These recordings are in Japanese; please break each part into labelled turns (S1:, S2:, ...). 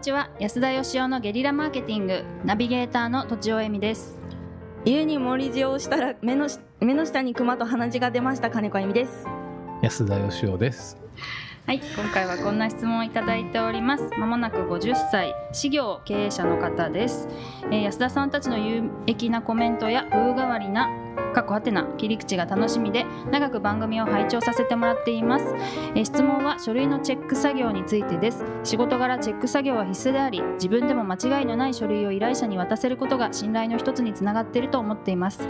S1: ちは安田義雄のゲリラマーケティングナビゲーターの土地尾恵美です
S2: 家に盛り塩をしたら目のし目の下にクマと鼻血が出ました金子あゆみです
S3: 安田義雄です。
S1: はい今回はこんな質問をいただいておりますまもなく50歳事業経営者の方です、えー安田さんたちの有益なコメントや風変わりな過去はてな切り口が楽しみで長く番組を拝聴させてもらっています、えー質問は書類のチェック作業についてです仕事柄チェック作業は必須であり自分でも間違いのない書類を依頼者に渡せることが信頼の一つにつながっていると思っています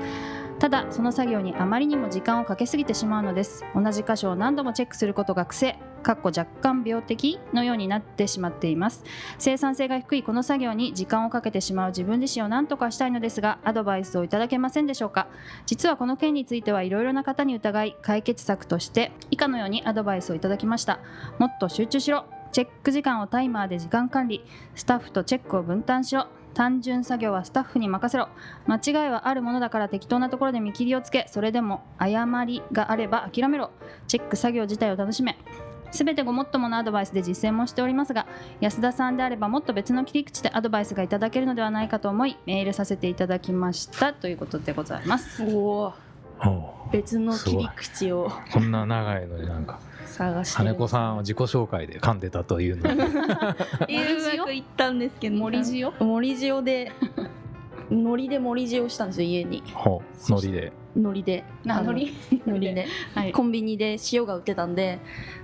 S1: ただその作業にあまりにも時間をかけすぎてしまうのです同じ箇所を何度もチェックすることが癖かっこ若干病的のようになってしまっています生産性が低いこの作業に時間をかけてしまう自分自身を何とかしたいのですがアドバイスをいただけませんでしょうか実はこの件についてはいろいろな方に疑い解決策として以下のようにアドバイスをいただきましたもっと集中しろチェック時間をタイマーで時間管理スタッフとチェックを分担しろ単純作業はスタッフに任せろ間違いはあるものだから適当なところで見切りをつけそれでも誤りがあれば諦めろチェック作業自体を楽しめすべてごもっとものアドバイスで実践もしておりますが安田さんであればもっと別の切り口でアドバイスがいただけるのではないかと思いメールさせていただきましたということでございます
S2: おお
S3: お
S2: 別の切り口を
S3: うこんな長いのになんか
S2: 探して
S3: 金子さんは自己紹介で噛んでたというのに
S2: いやうまくいったんですけど
S1: 森塩
S2: 森塩でノリで盛り塩したんですよ家に
S3: ほうノリで
S2: ノリであのノリで
S1: はい
S2: コンビニで塩が売ってたんで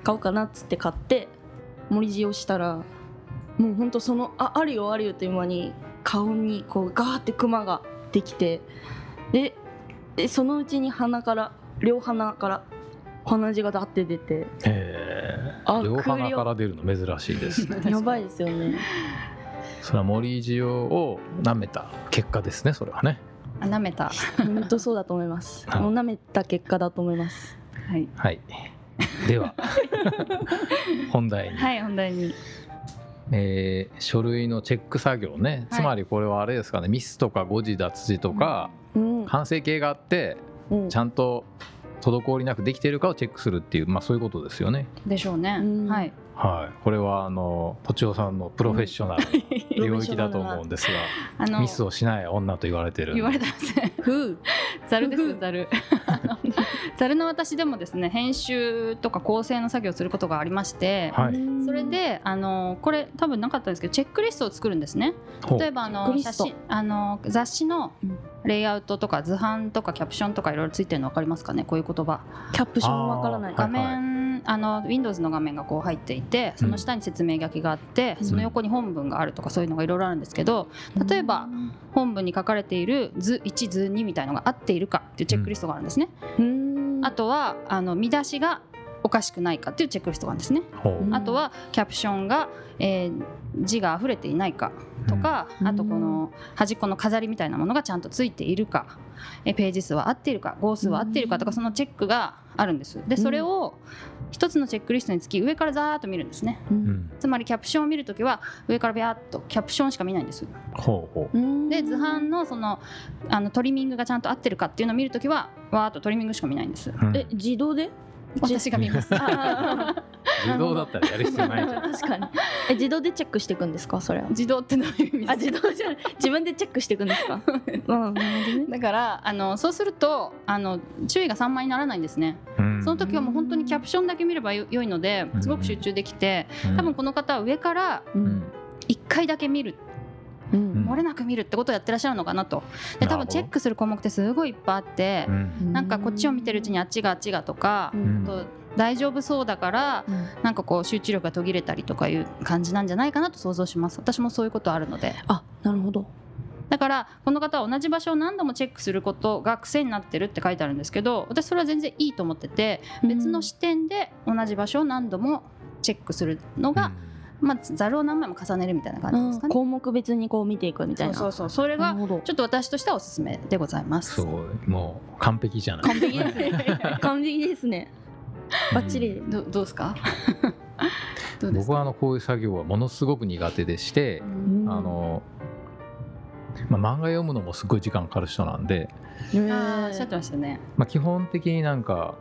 S2: 買おうかなっつって買って盛り塩したらもうほんとそのああるよあるよという間に顔にこうガーってクマができてででそのうちに鼻から両鼻から鼻血がだって出て
S3: え
S2: あ
S3: ー両鼻から
S2: ら
S3: 出るの珍しいですね
S2: やばいですよね
S3: それは森塩を舐めた結果ですねそれはね
S1: あ舐めた
S2: 本当そうだと思います
S3: はい
S2: もう舐めた結果だと思います
S1: はい
S3: はいでは本題に、
S1: はい本題に
S3: えー書類のチェック作業ね、
S1: はい
S3: つまりこれはあれですかねミスとか誤字脱字とか、
S2: うん、
S3: 完成形があって
S2: うん
S3: ち、ゃんと滞りなくできているかをチェックするっていう、まあ、そういうことですよね。
S1: でしょうね
S2: うん
S1: はい
S3: はい、これはあのとちおさんのプロフェッショナルの領域だと思うんです
S1: あ
S3: が、
S1: の
S3: ミスをしない女と言われてる。
S1: 言われたんですね
S2: ふう
S1: ざるで
S2: ふ
S1: す
S2: ふ
S1: ざ るあのざるの私でもですね編集とか構成の作業をすることがありまして、
S3: はい
S2: うん
S1: それであのこれ多分なかったんですけどチェックリストを作るんですね
S3: ほう
S1: 例えばあ
S2: チェッ
S1: の
S2: クリ
S1: 写
S2: スト
S1: 真あの雑誌の
S2: うん
S1: レイアウトとか図版とかキャプションとかいろいろついてるの分かりますかねこういう言葉
S2: キャップションわからない
S3: あー
S1: 画
S3: はい
S1: 面、あの Windows の画面がこう入っていてその下に説明書きがあって、
S2: うん
S1: その横に本文があるとかそういうのがいろいろあるんですけど例えば本文に書かれている図1図2みたいのが合っているかっていうチェックリストがあるんですね、
S2: うん
S1: あとはあの見出しがおかしくないかっていうチェックリストがあるんですね、
S3: ほう
S2: うん
S1: あとはキャプションが、えー字が溢れていないかとか、
S2: うん
S1: あとこの端っこの飾りみたいなものがちゃんとついているか、えーページ数は合っているか号数は合っているかとか
S2: うん
S1: そのチェックがあるんですで
S2: うん
S1: それを一つのチェックリストにつき上からざーっと見るんですね
S2: う
S3: うんん
S1: つまりキャプションを見るときは上からビャーっとキャプションしか見ないんです
S3: ほうほ
S2: うん
S1: で図版のそのあのトリミングがちゃんと合ってるかっていうのを見るときはわーっとトリミングしか見ないんです
S3: ううん
S2: え自動で
S1: 私が見ます
S2: あ
S3: 自動だったらやる必要ないじゃん。
S2: 確かに え自動でチェックしていくんですかそれは
S1: 自動ってどういう意味ですか
S2: あ自動じゃない自分でチェックしていくんですかうんなるほどね
S1: だからあのそうするとあの注意が散漫にならないんですね
S3: うん
S1: その時はもう本当にキャプションだけ見ればよ良いのですごく集中できて多分この方は上から
S2: う
S3: うん
S1: 1回だけ見る
S2: うん
S1: 漏れなく見るってことをやってらっしゃるのかなとで
S3: な
S1: 多
S3: るほど
S1: 分チェックする項目ってすごいいっぱいあって
S3: う、ん
S1: なんかこっちを見てるうちにあっちがあっちがとか、
S2: うん
S1: あと大丈夫そうだからなんかこう集中力が途切れたりとかいう感じなんじゃないかなと想像します私もそういうことあるので
S2: あなるほど
S1: だからこの方は同じ場所を何度もチェックすることが癖になってるって書いてあるんですけど私それは全然いいと思ってて別の視点で同じ場所を何度もチェックするのが、まあ、ざるを何枚も重ねるみたいな
S2: う
S1: 感じです
S2: ん
S1: かね。
S2: 項目別にこう見ていくみたいな
S1: そうそうそうそれ
S2: な
S1: が
S2: るほど
S1: ちょっと私としてはおすすめでございます。
S3: すごいもう完璧じゃない。
S2: 完璧ですね 完璧ですねバッチリ
S1: どどうですか どうですか
S3: 僕はあのこういう作業はものすごく苦手でして、
S1: うん
S3: あのまあ漫画読むのもすごい時間かかる人なんで、
S1: あーおっしゃって
S2: ま
S1: ましたね。
S3: まあ、基本的になんかま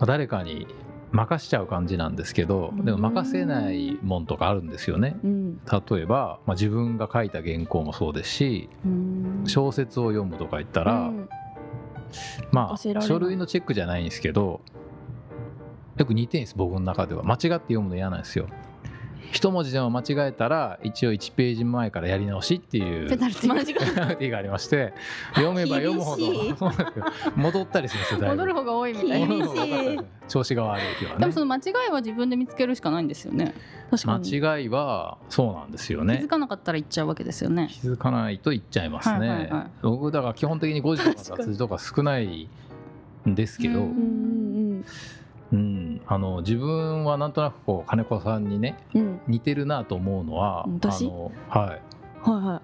S3: あ誰かに任しちゃう感じなんですけどでも任せないもんとかあるんですよね。
S2: うん
S3: 例えば、まあ、自分が書いた原稿もそうですし
S2: うん
S3: 小説を読むとか言った
S2: う
S3: ら、
S2: ん
S3: まあ
S2: 任せられない
S3: 書類のチェックじゃないんですけどよく似てんです僕の中では間違って読むの嫌なんですよ一文字でも間違えたら一応1ページ前からやり直しっていう
S1: ペ
S3: ペ
S1: ナルティ
S2: マジか
S3: ナルティーがありまして読めば読むほ
S2: 厳しい
S3: どそうなんですよ戻ったりしますよだいぶ
S1: 戻る方が多いみたいな
S2: 厳しい
S3: 戻る方が多かったですね調子が悪い日は
S1: でもその
S3: ね
S1: 間違いは自分で見つけるしかないんですよね
S2: 確かに
S3: 間違いはそうなんですよ
S1: 気
S3: ね
S1: づかなかったら言っちゃうわけですよね
S3: 気づかないと言っちゃいますね、
S1: はいはいはい
S3: 僕だから基本的に5時とか雑字とか少ないんですけど、
S1: うん
S2: うんうん
S3: うん、あの自分はなんとなくこう金子さんにね
S2: うんうん
S3: 似てるなと思うのは
S2: 私
S3: あの、はい、
S2: はいはい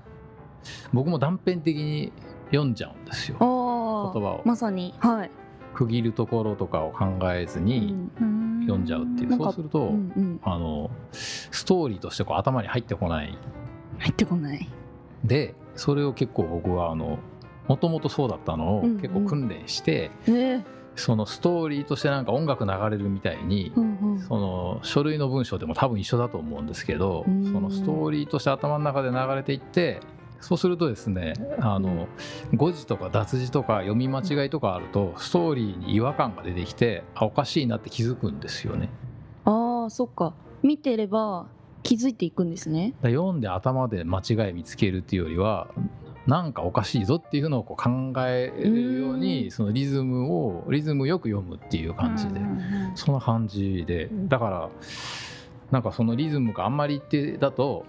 S3: 僕も断片的に読んじゃうんですよ
S2: あー
S3: 言葉を
S2: まさにはい
S3: 区切るところとかを考えず
S2: う
S3: に
S2: ん
S1: 読
S3: 読んじゃうっていう、
S2: なんか
S3: そうすると、
S2: うんうん
S3: あのストーリーとしてこう頭に入ってこない
S2: 入ってこない
S3: でそれを結構僕はあのもともとそうだったのを
S2: うんうん
S3: 結構訓練して、
S2: えー
S3: そのストーリーとしてなんか音楽流れるみたいに、
S2: うんうん
S3: その書類の文章でも多分一緒だと思うんですけど、
S2: うん
S3: そのストーリーとして頭の中で流れていってそうするとですねあの誤字とか脱字とか読み間違いとかあるとストーリーに違和感が出てきてあおかしいなって気づくんですよね。
S2: ああそっか見てれば気づいていくんですね
S3: だから読んで頭で間違い見つけるっていうよりはなんかおかしいぞっていうのをこう考えるよう
S2: う
S3: に
S2: ん
S3: そのリズムをリズムよく読むっていう感じで。そんな感じでだからなんかそのリズムがあんまり一定だと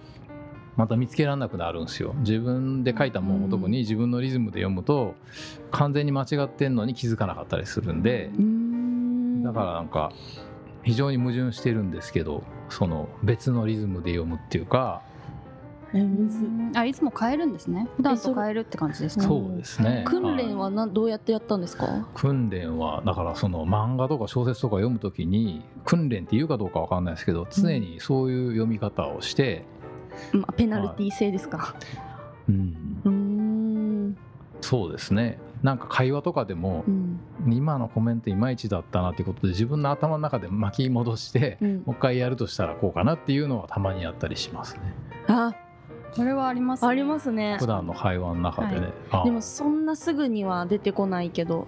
S3: また見つけられなくなるんですよ自分で書いたものを特に自分のリズムで読むと完全に間違ってんのに気づかなかったりするんで
S2: うーん
S3: だからなんか非常に矛盾してるんですけどその別のリズムで読むっていうか
S2: えむず
S1: あいつも変えるんですね普段と変えるって感じですか
S2: そ
S3: そうですね
S2: 訓練
S3: はい
S2: はなどうやってやったんですか
S3: 訓練はだからその漫画とか小説とか読むときに訓練っていうかどうかわかんないですけど常にそういう読み方をして、
S2: まあペナルティ制ですか
S3: うん、
S2: うーん
S3: そうですねなんか会話とかでも
S2: う、ん
S3: 今のコメントいまいちだったなってことで自分の頭の中で巻き戻して、
S2: うん
S3: もう一回やるとしたらこうかなっていうのはたまにやったりしますね
S2: あ
S1: これはあります
S2: ありますね
S3: 普段の会話の中でね、あ
S2: でもそんなすぐには出てこないけど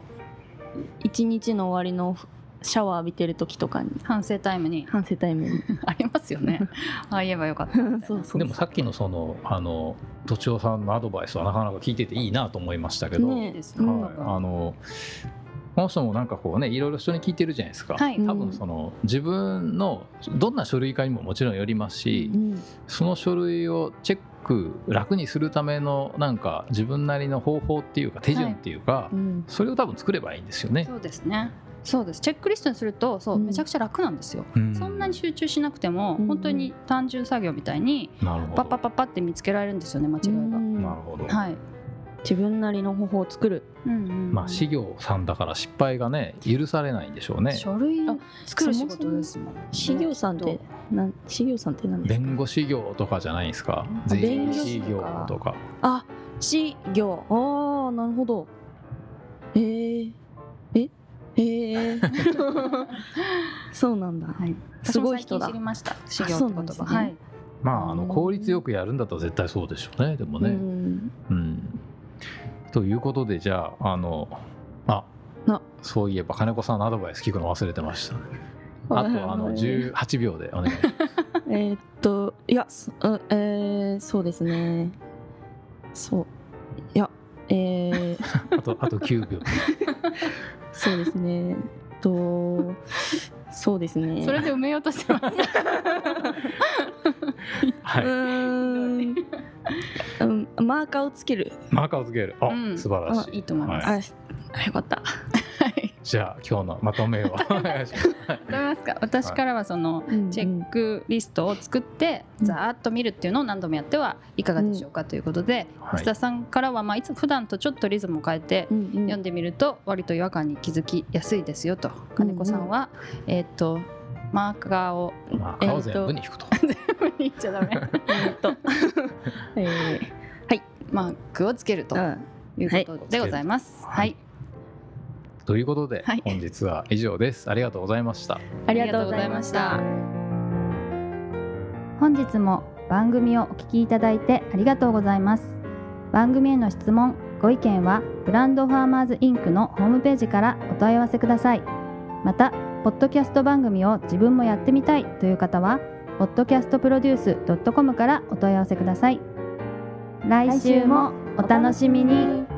S2: 一日の終わりのシャワー浴びてる時とかに
S1: 反省タイムに
S2: 反省タイ ムに
S1: ありますよね あ言えばよかったみたいな
S2: そうそうそう
S3: でもさっきのそのあの土地さんのアドバイスはなかなか聞いてていいなと思いましたけど、
S2: ね
S1: いいです
S2: う
S1: よ
S2: ん
S3: はい、あのこの人もなんかこうねいろいろ人に聞いてるじゃないですか、
S1: はい
S3: 多分その自分のどんな書類かにももちろんよりますし、
S2: うん
S3: その書類をチェック楽にするためのなんか自分なりの方法っていうか手順っていうか、
S2: うん
S3: それを多分作ればいいんですよね。
S1: そうですねそうですチェックリストにするとそう、
S2: うん
S1: めちゃくちゃ楽なんですよ、
S3: うん
S1: そんなに集中しなくても、
S2: うん
S1: 本当に単純作業みたいに
S3: なるほ
S1: パッ
S3: ど
S1: パッパッパって見つけられるんですよね間違いが、
S2: うん
S3: なるほど、
S1: はい、
S2: 自分なりの方法を作る
S1: うんうんうん
S3: まあ資業さんだから失敗がね許されないんでしょうね。
S1: 書類
S2: あ
S1: 作る仕事ですもん
S2: 資業さんってなん資業さんって何ですか
S3: 弁護士業とかじゃないですか
S1: あ
S3: 税理
S1: 弁
S3: 士
S1: 護士と
S3: 業
S1: か
S3: とか
S2: あ資業ああなるほどへええへえ そうなんだ
S1: はい、
S2: すごい人だ
S1: 私も最近知りました資
S2: あ
S1: 料
S2: そう
S1: って
S2: な
S1: 言
S2: んです
S1: 葉、
S2: ね
S1: はい
S3: まああの効率よくやるんだったら絶対そうでしょうねでも
S2: う
S3: ね。
S2: ん
S3: うんということでじゃああのあ
S2: な
S3: そういえば金子さんのアドバイス聞くの忘れてました。あとあの
S2: え
S3: 18秒でお願いします。
S2: ーっといやそうんえーそうですねそういや えー
S3: あとあと9秒。
S2: そうですねとそうですね
S1: それで埋めようとしてます
S3: は
S2: う
S3: い。
S2: ーんうんマーカーをつける
S3: マーカーをつける。あ、
S1: うん
S3: 素晴 らしい。
S1: いいと思います、
S3: は
S2: ああよかった
S3: じゃあ今日のまとめをお願いします。
S1: どう思いますか私からはそのチェックリストを作って
S2: うん
S1: ざーっと見るっていうのを何度もやってはいかがでしょうかということで
S3: はい
S1: 安田さんからはまあいつも普段とちょっとリズムを変えて
S2: うんうん
S1: 読んでみると割と違和感に気づきやすいですよと金子さんはえっとマーカー を
S3: マーカーを全部に引くと。
S1: 言っちゃダメ
S2: えーっとえ
S1: マークをつけると
S2: ーうん
S1: いうことでございます。
S3: は
S1: はいい。
S3: ということで、
S1: はい
S3: 本日は以上です。ありがとうございました。
S2: あ
S1: あ
S2: り
S1: り
S2: が
S1: がと
S2: とう
S1: うご
S2: ござ
S1: ざ
S2: い
S1: い
S2: ま
S1: ま
S2: し
S1: したた。本日も番組をお聞きいただいてありがとうございます番組への質問ご意見はブランドファーマーズインクのホームページからお問い合わせくださいまたポッドキャスト番組を自分もやってみたいという方は podcastproduce.com からお問い合わせください来週もお楽しみに